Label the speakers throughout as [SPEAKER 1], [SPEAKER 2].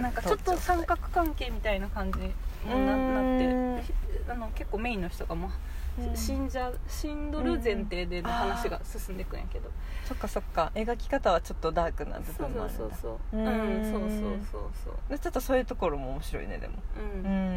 [SPEAKER 1] なんかちょっと三角関係みたいな感じにな
[SPEAKER 2] うん
[SPEAKER 1] なってあの結構メインの人がもう、
[SPEAKER 2] うん
[SPEAKER 1] 死んじゃ死んどる前提での話が進んでいくんやけど
[SPEAKER 2] そっかそっか描き方はちょっとダークな部
[SPEAKER 1] そう
[SPEAKER 2] 分もあるんだ
[SPEAKER 1] そうそうそ
[SPEAKER 2] う
[SPEAKER 1] ううんんそうそうそうそう
[SPEAKER 2] でちょっとそういうところも面白いねでも
[SPEAKER 1] うん
[SPEAKER 2] うんう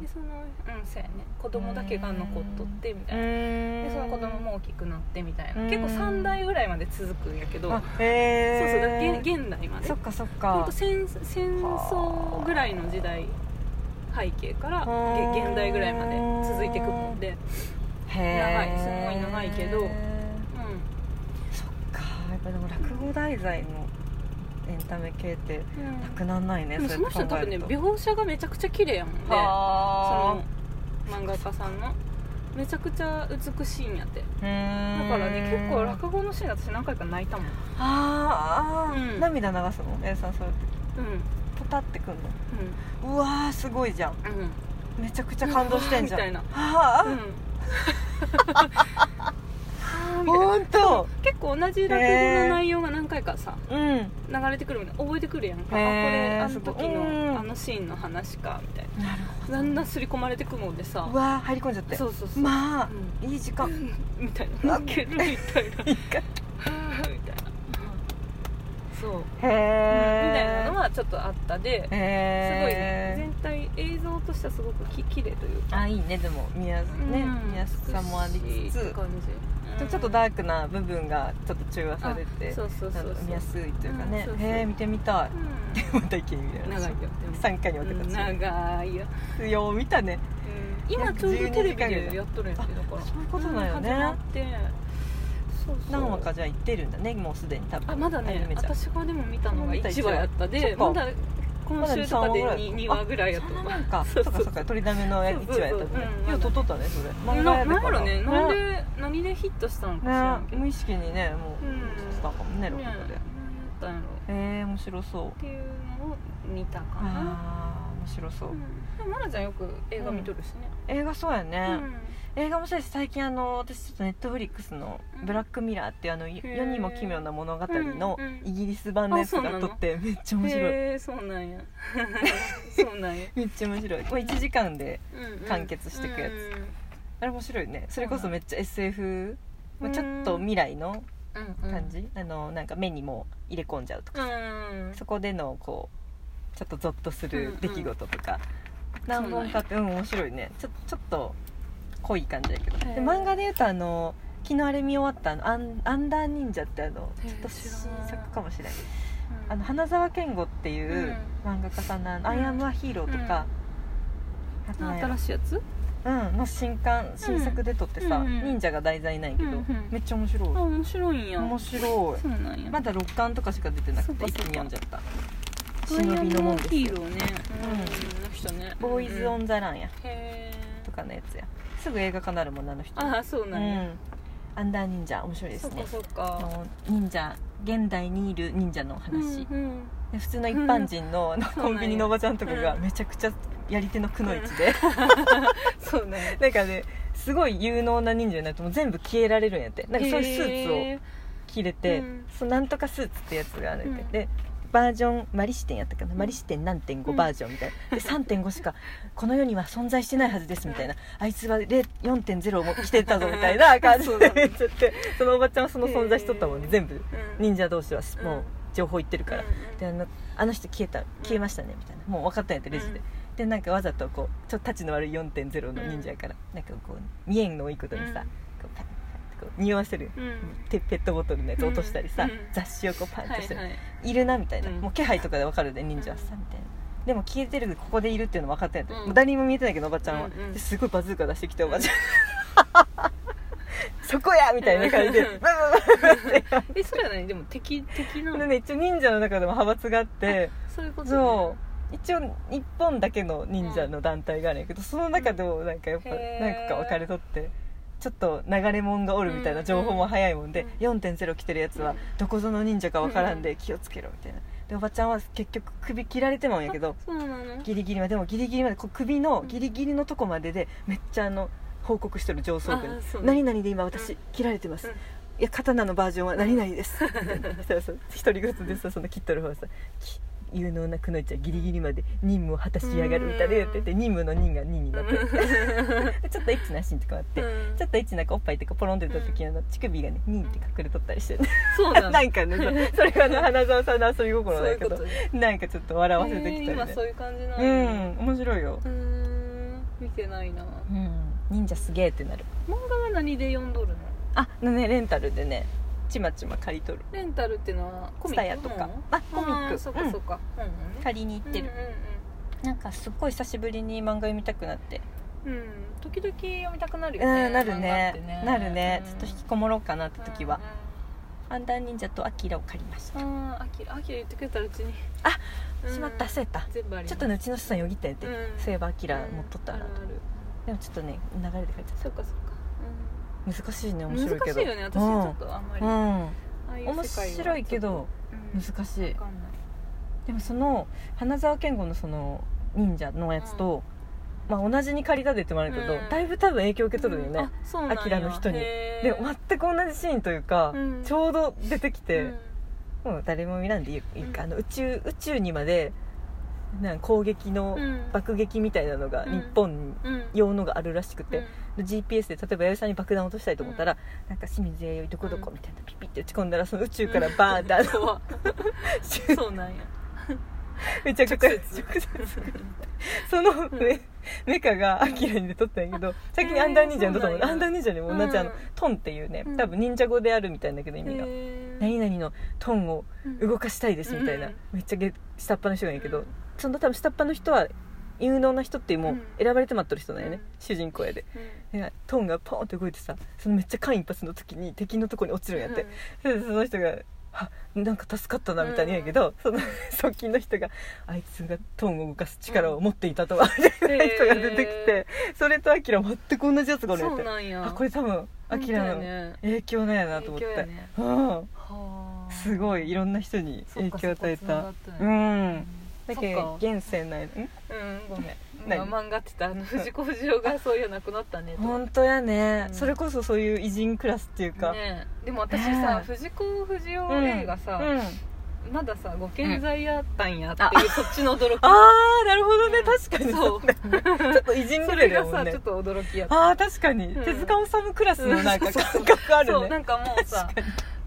[SPEAKER 2] ん
[SPEAKER 1] でそのうんそうやね子供だけが残っとってみたいなで
[SPEAKER 2] で
[SPEAKER 1] その子供も大きくなってみたいな
[SPEAKER 2] うん
[SPEAKER 1] 結構3代ぐらいまで続くんやけどそう
[SPEAKER 2] あへ
[SPEAKER 1] そうだから
[SPEAKER 2] え
[SPEAKER 1] 現現代まで
[SPEAKER 2] そっかそっ
[SPEAKER 1] 本
[SPEAKER 2] か
[SPEAKER 1] 当戦戦争ぐらいの時代背景から
[SPEAKER 2] はあ
[SPEAKER 1] げ現代ぐらいまで続いていくもんで、
[SPEAKER 2] へー
[SPEAKER 1] 長いすごい長いけど
[SPEAKER 2] そっかやっぱでも落語題材のエンタメ系って
[SPEAKER 1] うん
[SPEAKER 2] なくなんないね、
[SPEAKER 1] でもそ
[SPEAKER 2] そうや
[SPEAKER 1] の
[SPEAKER 2] って
[SPEAKER 1] 人
[SPEAKER 2] 考
[SPEAKER 1] 多
[SPEAKER 2] え
[SPEAKER 1] 分ね
[SPEAKER 2] ると
[SPEAKER 1] 描写がめちゃくちゃ綺麗やもんでそ
[SPEAKER 2] は
[SPEAKER 1] の漫画家さんのめちゃくちゃ美しいんやって
[SPEAKER 2] あだ
[SPEAKER 1] だからね結構落語のシーン私何回か泣いたもん
[SPEAKER 2] あーあー、
[SPEAKER 1] うん
[SPEAKER 2] 涙流すのえさんそう
[SPEAKER 1] うん
[SPEAKER 2] ポタってくんのうわーすごいじゃん
[SPEAKER 1] うんうん
[SPEAKER 2] めちゃくちゃ感動してんじゃん
[SPEAKER 1] うわーみたいな
[SPEAKER 2] はあ、
[SPEAKER 1] うんはぁみたいな
[SPEAKER 2] 本当
[SPEAKER 1] 結構同じ落語の内容が何回かさ
[SPEAKER 2] うん
[SPEAKER 1] 流れてくるみたいな覚えてくるやんか、
[SPEAKER 2] へー
[SPEAKER 1] あこれあの時
[SPEAKER 2] すごいうん
[SPEAKER 1] のあのシーンの話かみたい
[SPEAKER 2] なる
[SPEAKER 1] なだんだん刷り込まれてくもんでさ
[SPEAKER 2] ほどうわー入り込んじゃって
[SPEAKER 1] そうそうそう、
[SPEAKER 2] まあ
[SPEAKER 1] う、
[SPEAKER 2] いい時間
[SPEAKER 1] ん、みたい
[SPEAKER 2] あ
[SPEAKER 1] な泣けるみたいな
[SPEAKER 2] 一回
[SPEAKER 1] みたいなそう、
[SPEAKER 2] へ
[SPEAKER 1] みたいな
[SPEAKER 2] え
[SPEAKER 1] のはちょっとあったで、すごい
[SPEAKER 2] へ
[SPEAKER 1] 全体映像としてはすごくき綺麗という
[SPEAKER 2] え
[SPEAKER 1] か
[SPEAKER 2] あいいねでも宮津ね宮津さんもありつ
[SPEAKER 1] 美しい
[SPEAKER 2] つ
[SPEAKER 1] 感じ、
[SPEAKER 2] ちょっとダークな部分がちょっと中和されて
[SPEAKER 1] そうそうそうそう
[SPEAKER 2] 見やすいというかね
[SPEAKER 1] うんそうそう
[SPEAKER 2] へえ見てみたいまた意見みた
[SPEAKER 1] う
[SPEAKER 2] い
[SPEAKER 1] ん、
[SPEAKER 2] な
[SPEAKER 1] 長いよ
[SPEAKER 2] 3回に分
[SPEAKER 1] で
[SPEAKER 2] け
[SPEAKER 1] も、うん、
[SPEAKER 2] た
[SPEAKER 1] 長いよ
[SPEAKER 2] しよう見たね
[SPEAKER 1] 今ちょうどテレビでやっとるんやけどだから
[SPEAKER 2] そういうことだよね
[SPEAKER 1] うん始まってそうそう
[SPEAKER 2] 何話かじゃあ行ってるんだねもうすでに多分
[SPEAKER 1] あまだ
[SPEAKER 2] アニ
[SPEAKER 1] ね
[SPEAKER 2] メじゃ
[SPEAKER 1] 私がでも見たのが1話やったで
[SPEAKER 2] そっか
[SPEAKER 1] まだ今週とかで2
[SPEAKER 2] 二
[SPEAKER 1] 話ぐらいやと
[SPEAKER 2] そん
[SPEAKER 1] 思
[SPEAKER 2] なもんか
[SPEAKER 1] そ
[SPEAKER 2] そうう
[SPEAKER 1] そう
[SPEAKER 2] かそうか鳥だめの1話やったもんね
[SPEAKER 1] そうそうそう
[SPEAKER 2] い
[SPEAKER 1] うん
[SPEAKER 2] や撮っとったねそれ
[SPEAKER 1] う
[SPEAKER 2] 漫画
[SPEAKER 1] な
[SPEAKER 2] やで
[SPEAKER 1] なんや
[SPEAKER 2] から
[SPEAKER 1] ろねなんで何でヒットしたのか知らん
[SPEAKER 2] ね
[SPEAKER 1] けど
[SPEAKER 2] 無意識にねもう
[SPEAKER 1] うん
[SPEAKER 2] 撮ってたかもね録
[SPEAKER 1] ね
[SPEAKER 2] 画でへ
[SPEAKER 1] 何やったんやろっ
[SPEAKER 2] え面白そう
[SPEAKER 1] ていうのを見たかな
[SPEAKER 2] あー面白そううん
[SPEAKER 1] でも愛菜ちゃんよく映画見とるしね
[SPEAKER 2] 映画そうやね
[SPEAKER 1] うん
[SPEAKER 2] 映画もそうです最近あの私ちょっとネットフリックスの「ブラックミラー」っていうあのよ世にも奇妙な物語の
[SPEAKER 1] うんうん
[SPEAKER 2] イギリス版のやつ
[SPEAKER 1] あそうな
[SPEAKER 2] が
[SPEAKER 1] の
[SPEAKER 2] 撮ってめっちゃ面白い
[SPEAKER 1] へえそうな んやそうなんや
[SPEAKER 2] めっちゃ面白い、まあ、1時間で
[SPEAKER 1] うんうん
[SPEAKER 2] 完結してくやつあれ面白いねそれこそめっちゃ SF、まあ、
[SPEAKER 1] うん
[SPEAKER 2] ちょっと未来の
[SPEAKER 1] うんうんうん
[SPEAKER 2] 感じ、あのなんか目にも入れ込んじゃうとか、
[SPEAKER 1] うん
[SPEAKER 2] そこでのこうちょっとゾッとする出来事とか、
[SPEAKER 1] うんうん
[SPEAKER 2] 何本かってうん面白いねちょちょっと濃い感じだけど
[SPEAKER 1] へー
[SPEAKER 2] で漫画でいうとあの昨日あれ見終わったあのアンアンダー忍者ってあの
[SPEAKER 1] へー
[SPEAKER 2] ちょっと新
[SPEAKER 1] 知らない
[SPEAKER 2] 作かもしれない
[SPEAKER 1] うん
[SPEAKER 2] あの花澤健吾っていう漫画家さんの「あのアイアム・ア・ヒーロー」とか、あとね
[SPEAKER 1] 新しいやつ
[SPEAKER 2] うん、の新刊新作で撮ってさ、
[SPEAKER 1] うんうんうん
[SPEAKER 2] 忍者が題材ないけど、
[SPEAKER 1] うんうん
[SPEAKER 2] めっちゃ面白い
[SPEAKER 1] あ面白いんや
[SPEAKER 2] 面白
[SPEAKER 1] そうなんや
[SPEAKER 2] いまだ6巻とかしか出てなく
[SPEAKER 1] そうか
[SPEAKER 2] て
[SPEAKER 1] そう
[SPEAKER 2] 一気に
[SPEAKER 1] か
[SPEAKER 2] 読んじゃった
[SPEAKER 1] ダイヤ
[SPEAKER 2] 忍びのも
[SPEAKER 1] モン
[SPEAKER 2] ん
[SPEAKER 1] ド
[SPEAKER 2] です
[SPEAKER 1] ヒー
[SPEAKER 2] よ
[SPEAKER 1] ローね
[SPEAKER 2] うん
[SPEAKER 1] うんの人ね
[SPEAKER 2] ボーイズ・オン・ザ・ランや
[SPEAKER 1] へー
[SPEAKER 2] とかのやつやすぐ映画化なるもんなあの人
[SPEAKER 1] ああそう
[SPEAKER 2] う
[SPEAKER 1] なんや
[SPEAKER 2] んアンダー忍者面白いで
[SPEAKER 1] そ
[SPEAKER 2] す
[SPEAKER 1] っ
[SPEAKER 2] ね
[SPEAKER 1] かそっ
[SPEAKER 2] あ
[SPEAKER 1] か
[SPEAKER 2] の忍者現代にいる忍者の話、
[SPEAKER 1] うんうん
[SPEAKER 2] で普通の一般人のあの
[SPEAKER 1] そ うなんや
[SPEAKER 2] コンビニのおばちゃんとかが
[SPEAKER 1] うん
[SPEAKER 2] めちゃくちゃやり手のくの位置で
[SPEAKER 1] そうなんや
[SPEAKER 2] なんかねすごい有能な忍者になるともう全部消えられるんやってなんかそういうスーツを
[SPEAKER 1] へ
[SPEAKER 2] 切れて、
[SPEAKER 1] うん
[SPEAKER 2] そのなんとかスーツってやつがあるんで,、
[SPEAKER 1] うん
[SPEAKER 2] でバージョンマリシテンやったかな、
[SPEAKER 1] うん
[SPEAKER 2] マリシテン何点
[SPEAKER 1] う
[SPEAKER 2] 5
[SPEAKER 1] ん
[SPEAKER 2] バージョンみたいな、で3.5しかこの世には存在してないはずですみたいな、あいつは0 4.0も着てたぞみたいな感じ
[SPEAKER 1] そう
[SPEAKER 2] で
[SPEAKER 1] だね
[SPEAKER 2] 言っちゃってそのおばちゃんはその存在しとったもん、
[SPEAKER 1] へ
[SPEAKER 2] ね、
[SPEAKER 1] ー
[SPEAKER 2] 全部
[SPEAKER 1] ー
[SPEAKER 2] 忍者同士はす
[SPEAKER 1] うん
[SPEAKER 2] もう情報言ってるから、
[SPEAKER 1] うんうん
[SPEAKER 2] であのあの人消えた消えましたねみたいなもう分かったんやってレジで。
[SPEAKER 1] うん
[SPEAKER 2] でなんかわざとこうちょっと立ちの悪い4.0の忍者やから、なんかこう見えんの多いことにさ、
[SPEAKER 1] うん
[SPEAKER 2] こうパッパッてこう匂わせる
[SPEAKER 1] うん
[SPEAKER 2] てペットボトルのやつ落としたりさ、
[SPEAKER 1] うんうん
[SPEAKER 2] 雑誌をこうパン
[SPEAKER 1] は
[SPEAKER 2] と
[SPEAKER 1] い
[SPEAKER 2] して、
[SPEAKER 1] はいい
[SPEAKER 2] るなみたいな、
[SPEAKER 1] うん
[SPEAKER 2] もう気配とかで分かるで忍者はさみたいなでも消えてるここでいるっていうの分かってない、
[SPEAKER 1] うん
[SPEAKER 2] もう誰にも見えてないけどおばちゃんは、
[SPEAKER 1] うんうん
[SPEAKER 2] ですごいバズーカ出してきておばちゃん、 そこやみたいな感じで
[SPEAKER 1] うん
[SPEAKER 2] ブンブンブンって
[SPEAKER 1] えそれは何でも敵敵 な
[SPEAKER 2] で
[SPEAKER 1] の
[SPEAKER 2] ね一応忍者の中でも派閥があって
[SPEAKER 1] そういうことね
[SPEAKER 2] そう一応日本だけの忍者の団体があるんやけど、その中でもなんかやっぱ
[SPEAKER 1] うんへー
[SPEAKER 2] 何個か分かれとってちょっと流れもんがおるみたいな情報も早いもんで、4.0来てるやつ
[SPEAKER 1] う
[SPEAKER 2] は
[SPEAKER 1] ん
[SPEAKER 2] どこぞの忍者か分からんで気をつけろみたいなでおばちゃんは結局首切られてまうんやけど
[SPEAKER 1] あそうなの
[SPEAKER 2] ギリギリまででもギリギリまでこう首のギリギリのとこまででめっちゃあの報告してる上層部に
[SPEAKER 1] あーそう
[SPEAKER 2] 「
[SPEAKER 1] ね
[SPEAKER 2] 何々で今私切られてます」
[SPEAKER 1] うん
[SPEAKER 2] い や刀のバージョンは何々です」みたいなそうそう一人ごとでさその切っとる方はさ「き有能なくのいちゃんギリギリまで任務を果たしやがるみたいな言ってて任務の任が任 になってでちょっとエッチなシーンとかあって、
[SPEAKER 1] うん
[SPEAKER 2] ちょっとエッチなんかおっぱいとかポロンって出た時の、乳首がね任って隠れとったりして、
[SPEAKER 1] そうなの
[SPEAKER 2] なんかねそそれがあの花澤さんの遊び心
[SPEAKER 1] そう
[SPEAKER 2] だ
[SPEAKER 1] いう
[SPEAKER 2] け
[SPEAKER 1] こ
[SPEAKER 2] ど
[SPEAKER 1] とね
[SPEAKER 2] なんかちょっと笑わせて
[SPEAKER 1] え
[SPEAKER 2] き
[SPEAKER 1] ー
[SPEAKER 2] たり
[SPEAKER 1] 今
[SPEAKER 2] ね
[SPEAKER 1] そういう感じな
[SPEAKER 2] う
[SPEAKER 1] の
[SPEAKER 2] ん面白いよ
[SPEAKER 1] う、ーん見てないな
[SPEAKER 2] うん、忍者すげえってなる
[SPEAKER 1] 漫画は何で読んどるの
[SPEAKER 2] あのねレンタルでねちまちま借りとる
[SPEAKER 1] レンタルってのはコ
[SPEAKER 2] ス
[SPEAKER 1] ミ
[SPEAKER 2] タ
[SPEAKER 1] ッ
[SPEAKER 2] ヤ
[SPEAKER 1] ク
[SPEAKER 2] とか
[SPEAKER 1] 本
[SPEAKER 2] あコミッ
[SPEAKER 1] あ
[SPEAKER 2] ク
[SPEAKER 1] ーそっかそっか本を
[SPEAKER 2] うん
[SPEAKER 1] ね
[SPEAKER 2] 借りに行ってる、なんかすっごい久しぶりに漫画読みたくなって
[SPEAKER 1] うんうんうんうん時々読みたくなる
[SPEAKER 2] う
[SPEAKER 1] よね
[SPEAKER 2] んなる
[SPEAKER 1] 漫画って
[SPEAKER 2] ねなるね、
[SPEAKER 1] うん
[SPEAKER 2] ちょっと引きこもろうかなって時は
[SPEAKER 1] うん、
[SPEAKER 2] アンダー忍者とアキラを借りました、
[SPEAKER 1] うんうんあきらあきら言ってくれたらうちに
[SPEAKER 2] あ
[SPEAKER 1] うん
[SPEAKER 2] しまった焦った
[SPEAKER 1] 全部ありま
[SPEAKER 2] ち
[SPEAKER 1] す
[SPEAKER 2] ょっとねうちの資産よぎったんやって、
[SPEAKER 1] うん
[SPEAKER 2] そういえばアキラ持っとったな
[SPEAKER 1] うんあるある
[SPEAKER 2] でもちょっとね流れで書いちゃっ
[SPEAKER 1] そっかそっか
[SPEAKER 2] た難しいね
[SPEAKER 1] うん
[SPEAKER 2] 面白いけ
[SPEAKER 1] 難
[SPEAKER 2] ど
[SPEAKER 1] しいよね私ちょっとあんまり
[SPEAKER 2] う
[SPEAKER 1] あ
[SPEAKER 2] ん、うん、
[SPEAKER 1] あいう世界は
[SPEAKER 2] 面白いけど
[SPEAKER 1] うん
[SPEAKER 2] 難しい
[SPEAKER 1] わかんない
[SPEAKER 2] でもその花沢健吾のその忍者のやつと、まあ、同じに借りたで言ってもあるけど、
[SPEAKER 1] うん
[SPEAKER 2] だいぶ多分影響受け取るよね、
[SPEAKER 1] あそうなんや
[SPEAKER 2] アキラの人に
[SPEAKER 1] へー
[SPEAKER 2] で全く同じシーンというか、
[SPEAKER 1] うん
[SPEAKER 2] ちょうど出てきて、
[SPEAKER 1] うん
[SPEAKER 2] もう誰も見らんでいいいいか、
[SPEAKER 1] うん
[SPEAKER 2] あの宇宙宇宙にまでなんか攻撃の
[SPEAKER 1] うん
[SPEAKER 2] 爆撃みたいなのが
[SPEAKER 1] うん
[SPEAKER 2] 日本
[SPEAKER 1] うん
[SPEAKER 2] 用のがあるらしくて、
[SPEAKER 1] うん
[SPEAKER 2] GPS で例えば弥生さんに爆弾落としたいと思ったら、なんか清水弥生どこどこみたいなピピって打ち込んだらその宇宙からバーンって あの、
[SPEAKER 1] 怖っ
[SPEAKER 2] シュッ
[SPEAKER 1] そうなんや
[SPEAKER 2] めちゃくちゃ直接その
[SPEAKER 1] ん
[SPEAKER 2] メメカがアキラにで撮ったんやけど先にアンダー忍者に撮ったもんねアンダー忍者にも同じあの
[SPEAKER 1] うん
[SPEAKER 2] トンっていうね
[SPEAKER 1] うん
[SPEAKER 2] 多分忍者語であるみたいなんだけど意味が
[SPEAKER 1] へー
[SPEAKER 2] 何々のトンを動かしたいですみたいな、
[SPEAKER 1] うん
[SPEAKER 2] めっちゃげ下っ端の人がいいけど、
[SPEAKER 1] うん
[SPEAKER 2] その多分下っ端の人は有能な人っても
[SPEAKER 1] う
[SPEAKER 2] うん選ばれてまっとる人なんよね、
[SPEAKER 1] うん
[SPEAKER 2] 主人公やで
[SPEAKER 1] うん
[SPEAKER 2] でトンがポーンって動いてさそのめっちゃ間一髪の時に敵のとこに落ちるんやって、でその人が「あなんか助かったな」みたいに言うんやけど、その側近の人が「あいつがトンを動かす力を持っていたとは」みたいな人が出てきて、それとアキラ全く同じやつが
[SPEAKER 1] う
[SPEAKER 2] おるんやっ
[SPEAKER 1] んそ
[SPEAKER 2] て
[SPEAKER 1] うなんや
[SPEAKER 2] あこれ多分アキラの
[SPEAKER 1] の
[SPEAKER 2] 影響なんやなと思って、
[SPEAKER 1] 影響やね
[SPEAKER 2] うん
[SPEAKER 1] はあ
[SPEAKER 2] すごいいろんな人に影響を与えたうんだけど
[SPEAKER 1] そっか
[SPEAKER 2] 現世ないん
[SPEAKER 1] うんごめん
[SPEAKER 2] 何
[SPEAKER 1] まあ漫画って言ったらあの藤子不二雄がそういうなくなったねと
[SPEAKER 2] 本当やね、
[SPEAKER 1] うん
[SPEAKER 2] それこそそういう偉人クラスっていうか、
[SPEAKER 1] ねえでも私
[SPEAKER 2] ね
[SPEAKER 1] さ
[SPEAKER 2] え
[SPEAKER 1] 藤子不二雄
[SPEAKER 2] うん
[SPEAKER 1] 映画さ
[SPEAKER 2] うんあ
[SPEAKER 1] まださご健在やったんやっていうそっちの驚き
[SPEAKER 2] あなるほどね
[SPEAKER 1] うん
[SPEAKER 2] 確かに
[SPEAKER 1] そう
[SPEAKER 2] ちょっと偉人
[SPEAKER 1] そ
[SPEAKER 2] レベ
[SPEAKER 1] れ
[SPEAKER 2] ルや
[SPEAKER 1] が
[SPEAKER 2] もん
[SPEAKER 1] さち
[SPEAKER 2] ね
[SPEAKER 1] ょっと驚きやった
[SPEAKER 2] ああ確かに、
[SPEAKER 1] うん
[SPEAKER 2] 手塚治虫クラスのなん
[SPEAKER 1] う
[SPEAKER 2] か
[SPEAKER 1] んそうそ
[SPEAKER 2] 感
[SPEAKER 1] う
[SPEAKER 2] 覚ある
[SPEAKER 1] そう
[SPEAKER 2] ね
[SPEAKER 1] なんかもうさ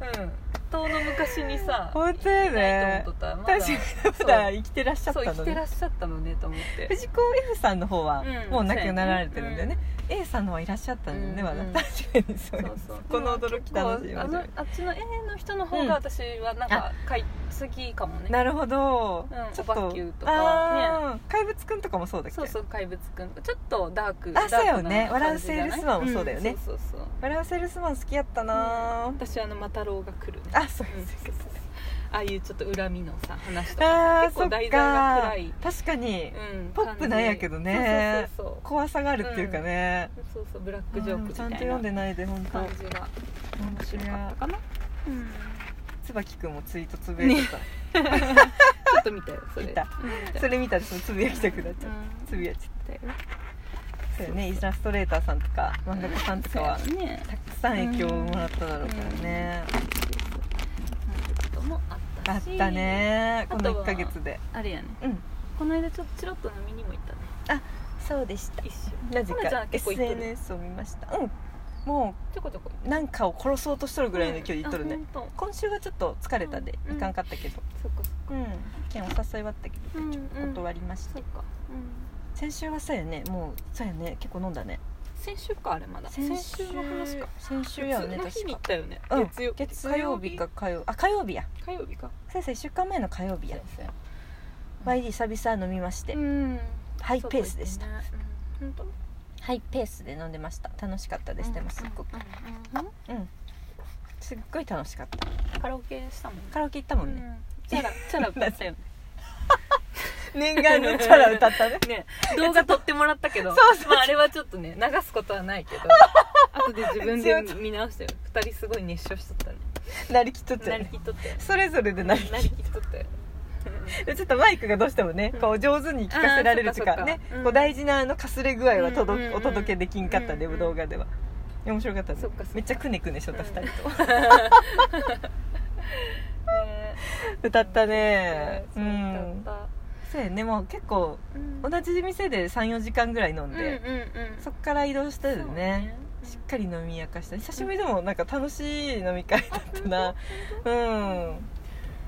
[SPEAKER 1] うん遠の昔にさ
[SPEAKER 2] 本当や
[SPEAKER 1] ない
[SPEAKER 2] ね
[SPEAKER 1] と思っとったまだ
[SPEAKER 2] 確かに普段生きてらっしゃっ
[SPEAKER 1] そう
[SPEAKER 2] た
[SPEAKER 1] 生き
[SPEAKER 2] の
[SPEAKER 1] てら
[SPEAKER 2] ね
[SPEAKER 1] っしゃったのねと思って
[SPEAKER 2] 藤子 F さんの方は
[SPEAKER 1] うん
[SPEAKER 2] もう亡くなられてるんだよね、A さんのはいらっしゃったんだよね、
[SPEAKER 1] うん
[SPEAKER 2] まだ
[SPEAKER 1] うん
[SPEAKER 2] 確かにそう
[SPEAKER 1] そうそう
[SPEAKER 2] この驚き楽しい
[SPEAKER 1] 結構あ
[SPEAKER 2] わ
[SPEAKER 1] のあっちの A の人の方が私はなんか買い好きかも ね
[SPEAKER 2] なるほど、
[SPEAKER 1] うん
[SPEAKER 2] ちょっ
[SPEAKER 1] おば
[SPEAKER 2] と
[SPEAKER 1] っきゅうとか
[SPEAKER 2] あー怪物くんとかもそうだっけ
[SPEAKER 1] そうそう怪物くんちょっとダーク
[SPEAKER 2] あそうよね
[SPEAKER 1] ダークな感じじゃない
[SPEAKER 2] 笑うセールスマンもそうだよね
[SPEAKER 1] んそうそうそう
[SPEAKER 2] バランセルスマン好きやったな、
[SPEAKER 1] 私あのマタロウが来るね
[SPEAKER 2] あそう
[SPEAKER 1] う
[SPEAKER 2] で
[SPEAKER 1] ん
[SPEAKER 2] す
[SPEAKER 1] そう
[SPEAKER 2] か
[SPEAKER 1] そうそうああいうちょっと恨みのさ話とかさ
[SPEAKER 2] あー
[SPEAKER 1] 結
[SPEAKER 2] そ
[SPEAKER 1] 構
[SPEAKER 2] っ
[SPEAKER 1] 題材が
[SPEAKER 2] か
[SPEAKER 1] 暗い、
[SPEAKER 2] 確かに
[SPEAKER 1] うん、
[SPEAKER 2] ポップなんやけどね
[SPEAKER 1] 感じそうそう
[SPEAKER 2] 怖さがあるっていうかね、
[SPEAKER 1] そうそうそうそうブラッ
[SPEAKER 2] あ
[SPEAKER 1] ク
[SPEAKER 2] ー
[SPEAKER 1] ジ
[SPEAKER 2] で
[SPEAKER 1] ョーク
[SPEAKER 2] も
[SPEAKER 1] み
[SPEAKER 2] ち
[SPEAKER 1] た
[SPEAKER 2] ゃ
[SPEAKER 1] い
[SPEAKER 2] ん
[SPEAKER 1] な
[SPEAKER 2] と読んでないで本当
[SPEAKER 1] 感じが面白かったかな、うん、
[SPEAKER 2] 椿くんもツイートつぶやいてた、
[SPEAKER 1] ちょっと見たよそれ
[SPEAKER 2] 見た
[SPEAKER 1] うん見 た
[SPEAKER 2] それ見たらそのつぶやきたくなっちゃ
[SPEAKER 1] う
[SPEAKER 2] う、
[SPEAKER 1] ん
[SPEAKER 2] つぶやいちゃっ
[SPEAKER 1] だよ
[SPEAKER 2] たそうよねイラストレーターさんとか漫画家さんとかは
[SPEAKER 1] そうやね
[SPEAKER 2] たくさん影響をもらっただろうからね、
[SPEAKER 1] なんてこともあった
[SPEAKER 2] あっ
[SPEAKER 1] した
[SPEAKER 2] ねこ
[SPEAKER 1] あと
[SPEAKER 2] の
[SPEAKER 1] は
[SPEAKER 2] 1ヶ月で
[SPEAKER 1] あれやね
[SPEAKER 2] うん
[SPEAKER 1] この間ちょっとチロッと飲みにも行ったね
[SPEAKER 2] そうでした
[SPEAKER 1] 一瞬
[SPEAKER 2] なぜ
[SPEAKER 1] ほなちゃん
[SPEAKER 2] か
[SPEAKER 1] は結構行っとる
[SPEAKER 2] SNS を見ましたうんも
[SPEAKER 1] ちょこちょこ行
[SPEAKER 2] うなんかを殺そうとしとるぐらいの勢いで行
[SPEAKER 1] 行
[SPEAKER 2] っとるね、
[SPEAKER 1] そっか
[SPEAKER 2] 今週はちょっと疲れたんで
[SPEAKER 1] うん
[SPEAKER 2] 行かんかったけど
[SPEAKER 1] そっか
[SPEAKER 2] うん、県お誘いはあったけど
[SPEAKER 1] うんうん
[SPEAKER 2] 断りまし
[SPEAKER 1] そ
[SPEAKER 2] た、
[SPEAKER 1] っかうん
[SPEAKER 2] 先週はそうやねもうそうやね結構飲んだね
[SPEAKER 1] 先週かあれまだ先週の話か
[SPEAKER 2] 先週やね
[SPEAKER 1] 月の日
[SPEAKER 2] 確
[SPEAKER 1] に行
[SPEAKER 2] か
[SPEAKER 1] ったよね
[SPEAKER 2] うん
[SPEAKER 1] 月曜
[SPEAKER 2] 月曜日か火曜あ火曜日や
[SPEAKER 1] 火曜日か
[SPEAKER 2] 先生1週間前の火曜日や
[SPEAKER 1] そうや
[SPEAKER 2] YD 久々飲みまして、
[SPEAKER 1] うん
[SPEAKER 2] ハイペースでした、
[SPEAKER 1] そうだよねうん本
[SPEAKER 2] ハイペースで飲んでました楽しかった
[SPEAKER 1] 当
[SPEAKER 2] ですでもすっごく
[SPEAKER 1] うんうんうんうん
[SPEAKER 2] うんすっごい楽しかった
[SPEAKER 1] カラオケしたもんね
[SPEAKER 2] カラオケ行ったも
[SPEAKER 1] うん
[SPEAKER 2] ね、
[SPEAKER 1] んチ ャラチャラ歌ったよね
[SPEAKER 2] 念願のチャラ歌 ったね
[SPEAKER 1] ね動画撮ってもらったけど
[SPEAKER 2] そうそう
[SPEAKER 1] まあ、あれはちょっとね流すことはな いけど後で自分で 見直したよ2人すごい熱唱しとったね
[SPEAKER 2] なりきっとっちゃ
[SPEAKER 1] な
[SPEAKER 2] う
[SPEAKER 1] り
[SPEAKER 2] ね
[SPEAKER 1] きっとったよ
[SPEAKER 2] それぞれでなりきっ
[SPEAKER 1] なりきっとったよ
[SPEAKER 2] でちょっとマイクがどうしてもね、
[SPEAKER 1] うん
[SPEAKER 2] こう上手に聞かせられると
[SPEAKER 1] あーそ
[SPEAKER 2] か
[SPEAKER 1] っかそっ
[SPEAKER 2] ね
[SPEAKER 1] か、うん
[SPEAKER 2] こう大事なあのかすれ具合は届
[SPEAKER 1] うんうんうん
[SPEAKER 2] お届けできんかったね、
[SPEAKER 1] うんうん
[SPEAKER 2] 動画では面白かったね
[SPEAKER 1] そっかそっか
[SPEAKER 2] めっちゃくねくねしとった2人と、
[SPEAKER 1] ねえね
[SPEAKER 2] 歌ったね
[SPEAKER 1] う
[SPEAKER 2] うんん
[SPEAKER 1] 歌っ
[SPEAKER 2] そうやねもう結構
[SPEAKER 1] たうん
[SPEAKER 2] 同じ店で34時間ぐらい飲んで、
[SPEAKER 1] うんうんうん
[SPEAKER 2] そっから移動したよ
[SPEAKER 1] そう
[SPEAKER 2] ね
[SPEAKER 1] うん
[SPEAKER 2] しっかり飲み明かした久しぶりでもなんか楽しい飲み会だったなうん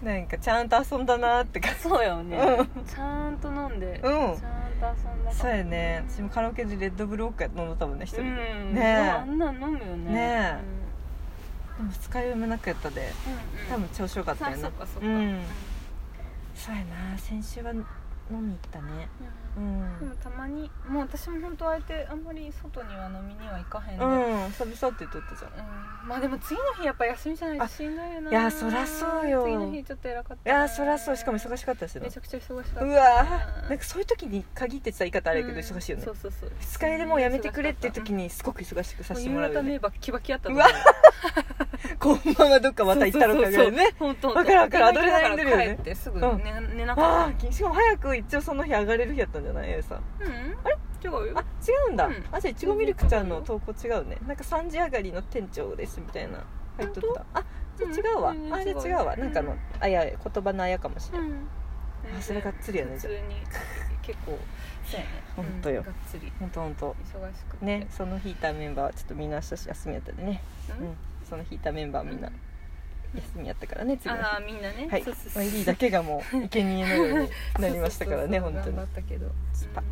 [SPEAKER 2] なんかちゃんと遊んだなって感じ
[SPEAKER 1] そうよね
[SPEAKER 2] う
[SPEAKER 1] ちゃんと飲んでち
[SPEAKER 2] う
[SPEAKER 1] ゃん
[SPEAKER 2] ん
[SPEAKER 1] と遊んだ
[SPEAKER 2] そう
[SPEAKER 1] から
[SPEAKER 2] やね私もカラオケでレッドブル多くやって飲んだ多分ね一
[SPEAKER 1] う
[SPEAKER 2] 人、で
[SPEAKER 1] ん
[SPEAKER 2] ねえ
[SPEAKER 1] あんなん飲むよね
[SPEAKER 2] ねも二日酔いもなくやったで
[SPEAKER 1] うんうんうん
[SPEAKER 2] 多分調子よかったよ
[SPEAKER 1] さ
[SPEAKER 2] な、
[SPEAKER 1] そっかそっか
[SPEAKER 2] うん
[SPEAKER 1] うん
[SPEAKER 2] そうやな先週は飲み行ったねう
[SPEAKER 1] でも
[SPEAKER 2] ん
[SPEAKER 1] たまにもう私も本当あえてあんまり外には飲みには行かへんで
[SPEAKER 2] う
[SPEAKER 1] うん
[SPEAKER 2] ん、久々って言っとったじゃん
[SPEAKER 1] まあでも次の日やっぱ休みじゃないとしんどいよない
[SPEAKER 2] いやそらそうよ
[SPEAKER 1] 次の日ちょっと偉かった
[SPEAKER 2] いやーそりゃそうしかも忙
[SPEAKER 1] し
[SPEAKER 2] しかったしな
[SPEAKER 1] めちゃくちゃ忙しかった
[SPEAKER 2] うわーなんかそういう時に限ってって言ったら言い方あれやけど忙しいよね
[SPEAKER 1] そうそうそう
[SPEAKER 2] 二日酔いでもうやめてくれっていう時にすごく忙しくさせてもらうよ
[SPEAKER 1] も夕方
[SPEAKER 2] ね
[SPEAKER 1] 目バッキバキやった
[SPEAKER 2] うわ こんばんはどっかまた行ったろかぐらいね
[SPEAKER 1] 本当
[SPEAKER 2] わかるわかる
[SPEAKER 1] アドレ
[SPEAKER 2] アドレ
[SPEAKER 1] ナ
[SPEAKER 2] ナ
[SPEAKER 1] リ
[SPEAKER 2] リ
[SPEAKER 1] ン
[SPEAKER 2] ン
[SPEAKER 1] 出
[SPEAKER 2] 出
[SPEAKER 1] る
[SPEAKER 2] る
[SPEAKER 1] よ
[SPEAKER 2] よ
[SPEAKER 1] ね
[SPEAKER 2] ね
[SPEAKER 1] 帰
[SPEAKER 2] う
[SPEAKER 1] ってすぐ
[SPEAKER 2] ん
[SPEAKER 1] 寝寝なか
[SPEAKER 2] あ
[SPEAKER 1] った
[SPEAKER 2] あしかも早く一応その日上がれる日やったんじゃない A さん
[SPEAKER 1] うん違うよ
[SPEAKER 2] あ違うんだ、
[SPEAKER 1] うん
[SPEAKER 2] あじゃあいちごミルクちゃんの投稿違うねなんか3時上がりの店長ですみたいな入っとったあじゃあ違うわ、
[SPEAKER 1] うん
[SPEAKER 2] あじゃあ違うわ、なんかあのあいや言葉のあやかもしれない、
[SPEAKER 1] ん
[SPEAKER 2] あそれがっつりやね
[SPEAKER 1] 普
[SPEAKER 2] じ
[SPEAKER 1] 通
[SPEAKER 2] ゃあ
[SPEAKER 1] に結構そ うやね
[SPEAKER 2] ほんとよ
[SPEAKER 1] うんがっつり
[SPEAKER 2] ほんとほんと
[SPEAKER 1] 忙しくて
[SPEAKER 2] ねその引いたメンバーはちょっとみんな明日休みやったでね
[SPEAKER 1] う
[SPEAKER 2] うんんその引いたメンバーみんな休みやったからね次の日
[SPEAKER 1] ああみんなね
[SPEAKER 2] はい
[SPEAKER 1] そうそうそ
[SPEAKER 2] ま
[SPEAKER 1] う
[SPEAKER 2] あ AD だけがもう生贄のようになりましたからね
[SPEAKER 1] そう
[SPEAKER 2] 本
[SPEAKER 1] そ
[SPEAKER 2] 当
[SPEAKER 1] うそう
[SPEAKER 2] に
[SPEAKER 1] 頑張ったけど
[SPEAKER 2] スパ
[SPEAKER 1] うん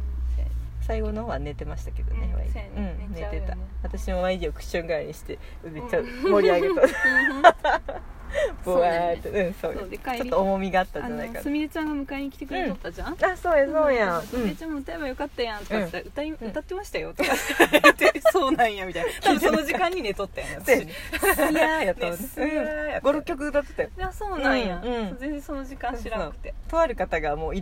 [SPEAKER 2] 最後の方は寝てましたけどね
[SPEAKER 1] うん
[SPEAKER 2] YD
[SPEAKER 1] そうやね
[SPEAKER 2] うん
[SPEAKER 1] 寝ちゃうよね
[SPEAKER 2] 寝てた私も YD をクッション代わりにしてめっちゃ
[SPEAKER 1] うん
[SPEAKER 2] 盛り上 げた
[SPEAKER 1] そ
[SPEAKER 2] ボ
[SPEAKER 1] う
[SPEAKER 2] ワ
[SPEAKER 1] だよね
[SPEAKER 2] ーってうんそう
[SPEAKER 1] そうで帰り
[SPEAKER 2] ちょっと重みがあったん
[SPEAKER 1] あ
[SPEAKER 2] じゃない
[SPEAKER 1] の
[SPEAKER 2] か
[SPEAKER 1] すみれちゃんが迎えに来てくれとったじゃん
[SPEAKER 2] なあそうやそうや
[SPEAKER 1] す
[SPEAKER 2] う
[SPEAKER 1] みれ
[SPEAKER 2] ん
[SPEAKER 1] ちゃんも歌えばよかったやんとか言って歌い
[SPEAKER 2] ん
[SPEAKER 1] 歌ってまし たよとか言ってそうなんやみたいな多分その時間に寝とったや ん
[SPEAKER 2] そう
[SPEAKER 1] 私
[SPEAKER 2] やねいやーやったわね
[SPEAKER 1] ねすやーやった
[SPEAKER 2] 56曲歌ってたよ
[SPEAKER 1] いやそうなんや、
[SPEAKER 2] うんうん
[SPEAKER 1] そう全然その時間知らなくて
[SPEAKER 2] とある方がもう入れ